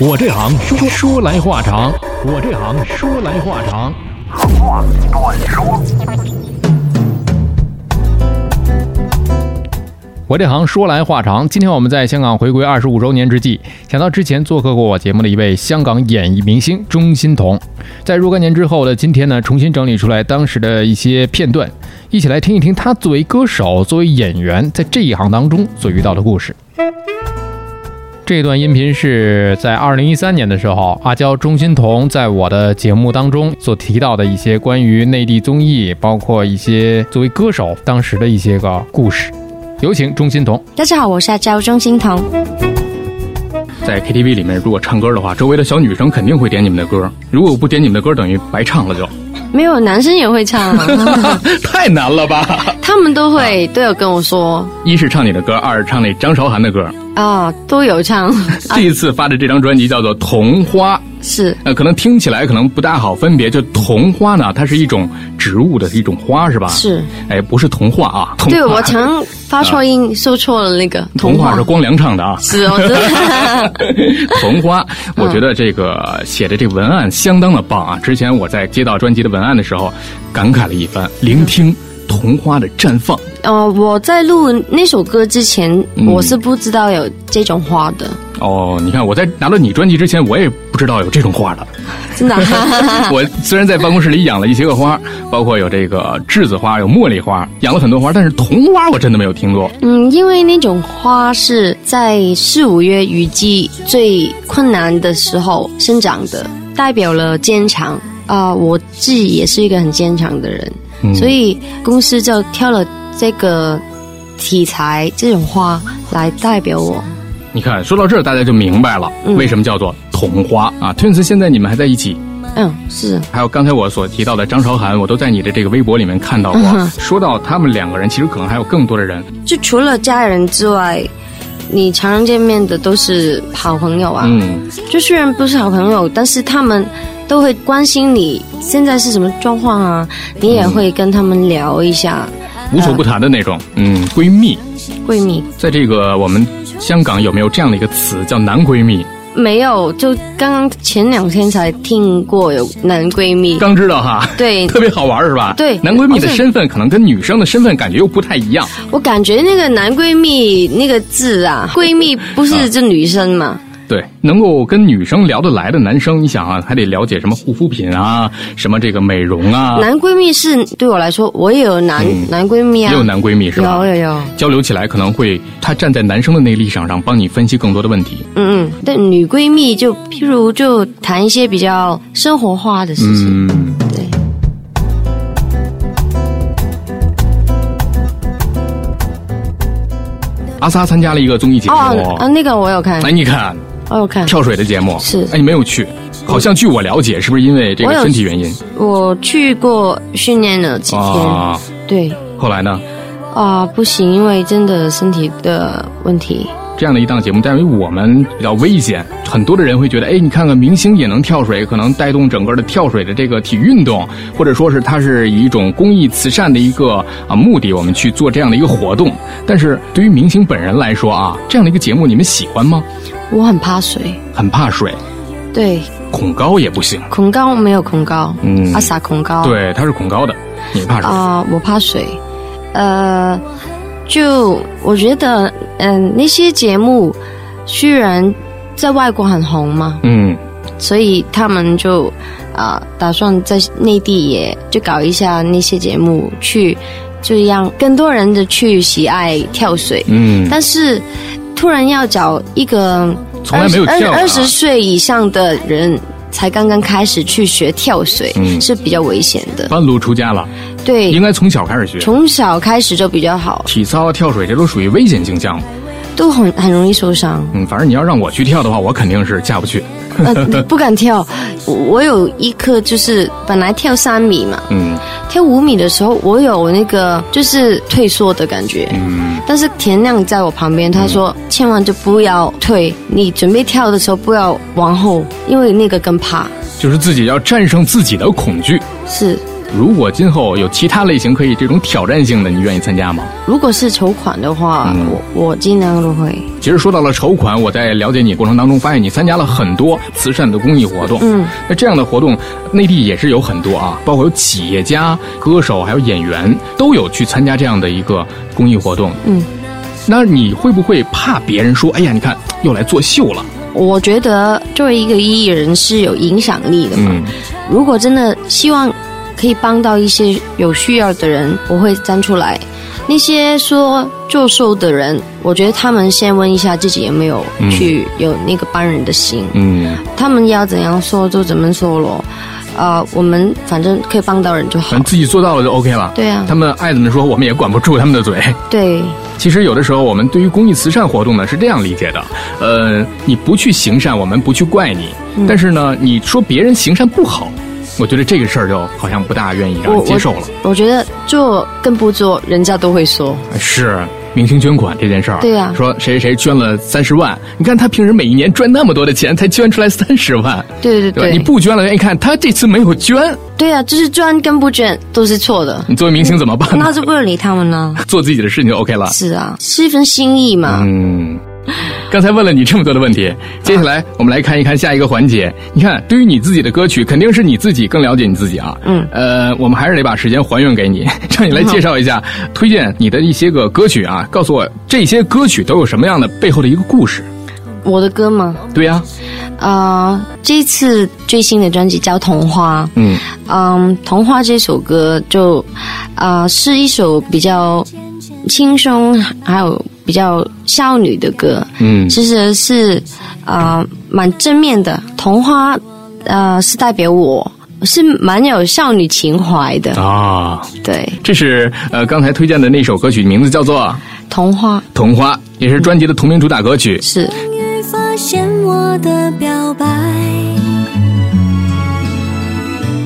我这行说说来话长，我这行说来话长。我这行说来话长，今天我们在香港回归二十五周年之际，想到之前做客过我节目的一位香港演艺明星钟欣桐，在若干年之后的今天呢，重新整理出来当时的一些片段，一起来听一听他作为歌手、作为演员在这一行当中所遇到的故事。这段音频是在二零一三年的时候，阿娇、钟欣桐在我的节目当中所提到的一些关于内地综艺，包括一些作为歌手当时的一些个故事。有请钟欣桐。大家好，我是阿娇钟欣桐。在 KTV 里面，如果唱歌的话，周围的小女生肯定会点你们的歌。如果不点你们的歌，等于白唱了就， 没有男生也会唱啊，太难了吧？他们都会都有跟我说一是唱你的歌，二是唱那张韶涵的歌。啊，都有唱， 这一次发的这张专辑叫做《桐花》，是呃，可能听起来可能不大好分别。就桐花呢，它是一种植物的一种花，是吧？是。哎，不是童话啊，童话啊对我常发错音，说错了那个童话是光良唱的啊。 是哦，真的桐花，嗯我觉得这个写的这文案相当的棒啊！之前我在接到专辑的文案的时候，感慨了一番，聆听桐花的绽放。呃，我在录那首歌之前，嗯我是不知道有这种花的，哦，你看我在拿到你专辑之前，我也不知道有这种花的。真的啊。我虽然在办公室里养了一些个花，包括有这个栀子花，有茉莉花，养了很多花，但是桐花我真的没有听过。嗯，因为那种花是在四五月雨季最困难的时候生长的，代表了坚强啊、我自己也是一个很坚强的人，嗯所以公司就挑了这个题材这种花来代表我。你看，说到这儿，大家就明白了嗯为什么叫做桐花啊。Twins，现在你们还在一起，嗯，是还有刚才我所提到的张韶涵，我都在你的这个微博里面看到过。嗯哼说到他们两个人，其实可能还有更多的人。就除了家人之外，你常常见面的都是好朋友啊。嗯，就虽然不是好朋友，但是他们都会关心你现在是什么状况啊，你也会跟他们聊一下无所不谈的那种。嗯，闺蜜，闺蜜。在这个我们香港有没有这样的一个词叫男闺蜜？没有，就刚刚前两天才听过有男闺蜜，刚知道哈。对特别好玩是吧？对男闺蜜的身份可能跟女生的身份感觉又不太一样。我感觉那个男闺蜜那个 字啊，闺蜜不是这女生嘛？对，能够跟女生聊得来的男生，你想啊，还得了解什么护肤品啊，什么这个美容啊，男闺蜜是对我来说，我也有男、嗯男闺蜜也啊，有男闺蜜是吧？有有有，交流起来可能会，他站在男生的那个立场上，帮你分析更多的问题。嗯嗯。但女闺蜜就譬如就谈一些比较生活化的事情，嗯，对。阿萨参加了一个综艺节目，哦啊，那个我有看，哎，你看我有看，跳水的节目，是哎，你没有去，好像据我了解，是不是因为这个我有身体原因我去过训练了几天，啊？对后来呢，啊，不行，因为真的身体的问题，这样的一档节目，但是我们比较危险，很多的人会觉得，哎，你看看明星也能跳水，可能带动整个的跳水的这个体育运动，或者说是它是以一种公益慈善的一个啊目的，我们去做这样的一个活动。但是对于明星本人来说啊，这样的一个节目你们喜欢吗？我很怕水，很怕水，对，恐高也不行。恐高没有恐高，嗯阿萨恐高，对，他是恐高的，你怕水。啊、我怕水，呃，就我觉得，嗯、那些节目虽然在外国很红嘛，嗯，所以他们就啊、打算在内地也就搞一下那些节目，去就让更多人的去喜爱跳水。嗯，但是突然要找一个从来没有跳过啊二十岁以上的人才刚刚开始去学跳水，嗯是比较危险的。半路出家了，对应，该从小开始学。从小开始就比较好，体操、跳水这都属于危险性项目。，都很很容易受伤嗯，反正你要让我去跳的话，我肯定是下不去。呃，不敢跳。我我有一颗就是本来跳三米嘛，嗯跳五米的时候，我有那个就是退缩的感觉。嗯，但是田亮在我旁边，他说、嗯千万就不要退，你准备跳的时候不要往后，因为那个更怕。就是自己要战胜自己的恐惧。是，如果今后有其他类型可以这种挑战性的，你愿意参加吗？如果是筹款的话，嗯我我尽量都会。其实说到了筹款，我在了解你过程当中发现你参加了很多慈善的公益活动。嗯，那这样的活动，内地也是有很多啊，包括有企业家、歌手，还有演员都有去参加这样的一个公益活动。嗯，那你会不会怕别人说：“哎呀，你看又来作秀了我觉得作为一个艺人是有影响力的？”嘛。嗯，如果真的希望可以帮到一些有需要的人，我会站出来。那些说做秀的人，我觉得他们先问一下自己有没有去、有那个帮人的心，嗯，他们要怎样说就怎么说咯。啊、我们反正可以帮到人就反好正。自己做到了就 OK 了。对啊他，们爱怎么说，我们也管不住他们的嘴。对，其实有的时候，我们对于公益慈善活动呢是这样理解的，呃，你不去行善，我们不去怪你，嗯但是呢，你说别人行善不好，我觉得这个事儿就好像不大愿意让我人接受了。我。我觉得做跟不做，人家都会说。是明星捐款这件事儿，对啊呀说谁谁谁捐了三十万，你看他平时每一年赚那么多的钱，才捐出来三十万，对对对吧？对，你不捐了，你看他这次没有捐，对啊，就是捐跟不捐都是错的，你作为明星怎么办呢那就不能理他们 了。做自己的事情就 OK 了。是啊，是一份心意嘛。嗯，刚才问了你这么多的问题，接下来我们来看一看下一个环节。你看，对于你自己的歌曲，肯定是你自己更了解你自己啊。嗯呃，我们还是得把时间还原给你， 让你来介绍一下，推荐你的一些个歌曲啊，告诉我这些歌曲都有什么样的背后的一个故事。我的歌嘛，对呀、呃，这次最新的专辑叫《童话》，嗯嗯，《童话》这首歌就，呃，是一首比较轻松，还有比较少女的歌，嗯其实是呃蛮正面的。童话，呃，是代表我是蛮有少女情怀的，啊，对，这是呃刚才推荐的那首歌曲，名字叫做《童话童话》，也是专辑的同名主打歌曲。是终于发现我的表白，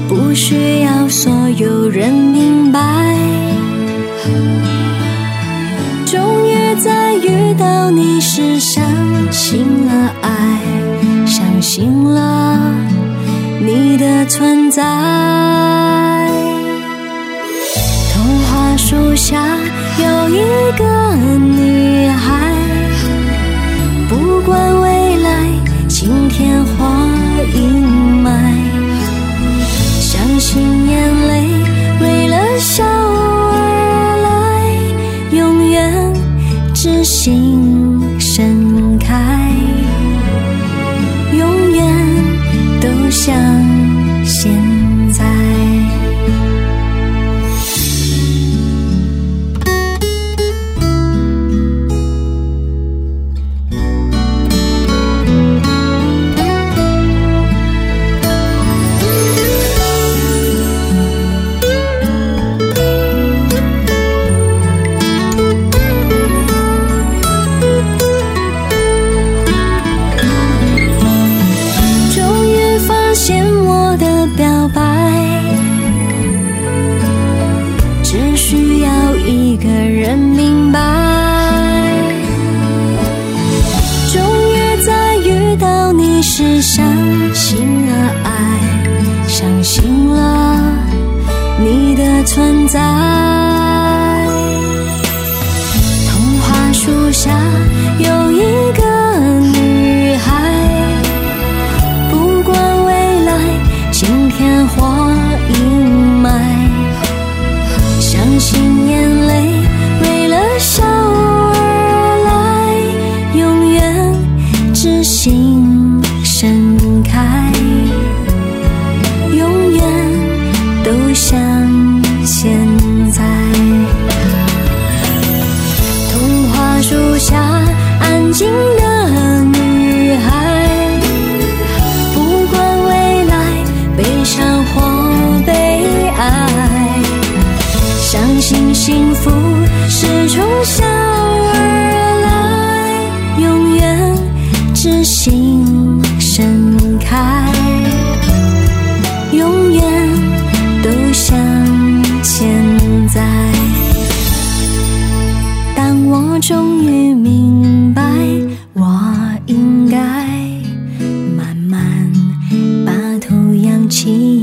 不需要所有人明白。终于在遇到你时，相信了爱，相信了你的存在。童话树下有一个女孩。不管未来晴天或阴霾，相信眼泪为了笑而来，永远知心盛开，永远都像现在。终于发现我的表白，只需要一个人明白。终于在遇到你时，相信了爱，相信了你的存在。童话树下有一个女孩。不管未来晴天或阴霾，相信眼泪为了笑而来，永远知心盛开，永远都像现在。童话树下安静的女孩。不管未来悲伤或悲哀，相信幸福是从笑而来，永远知心盛开，永远都像现在。当我终于明白，我应该。慢慢把头扬起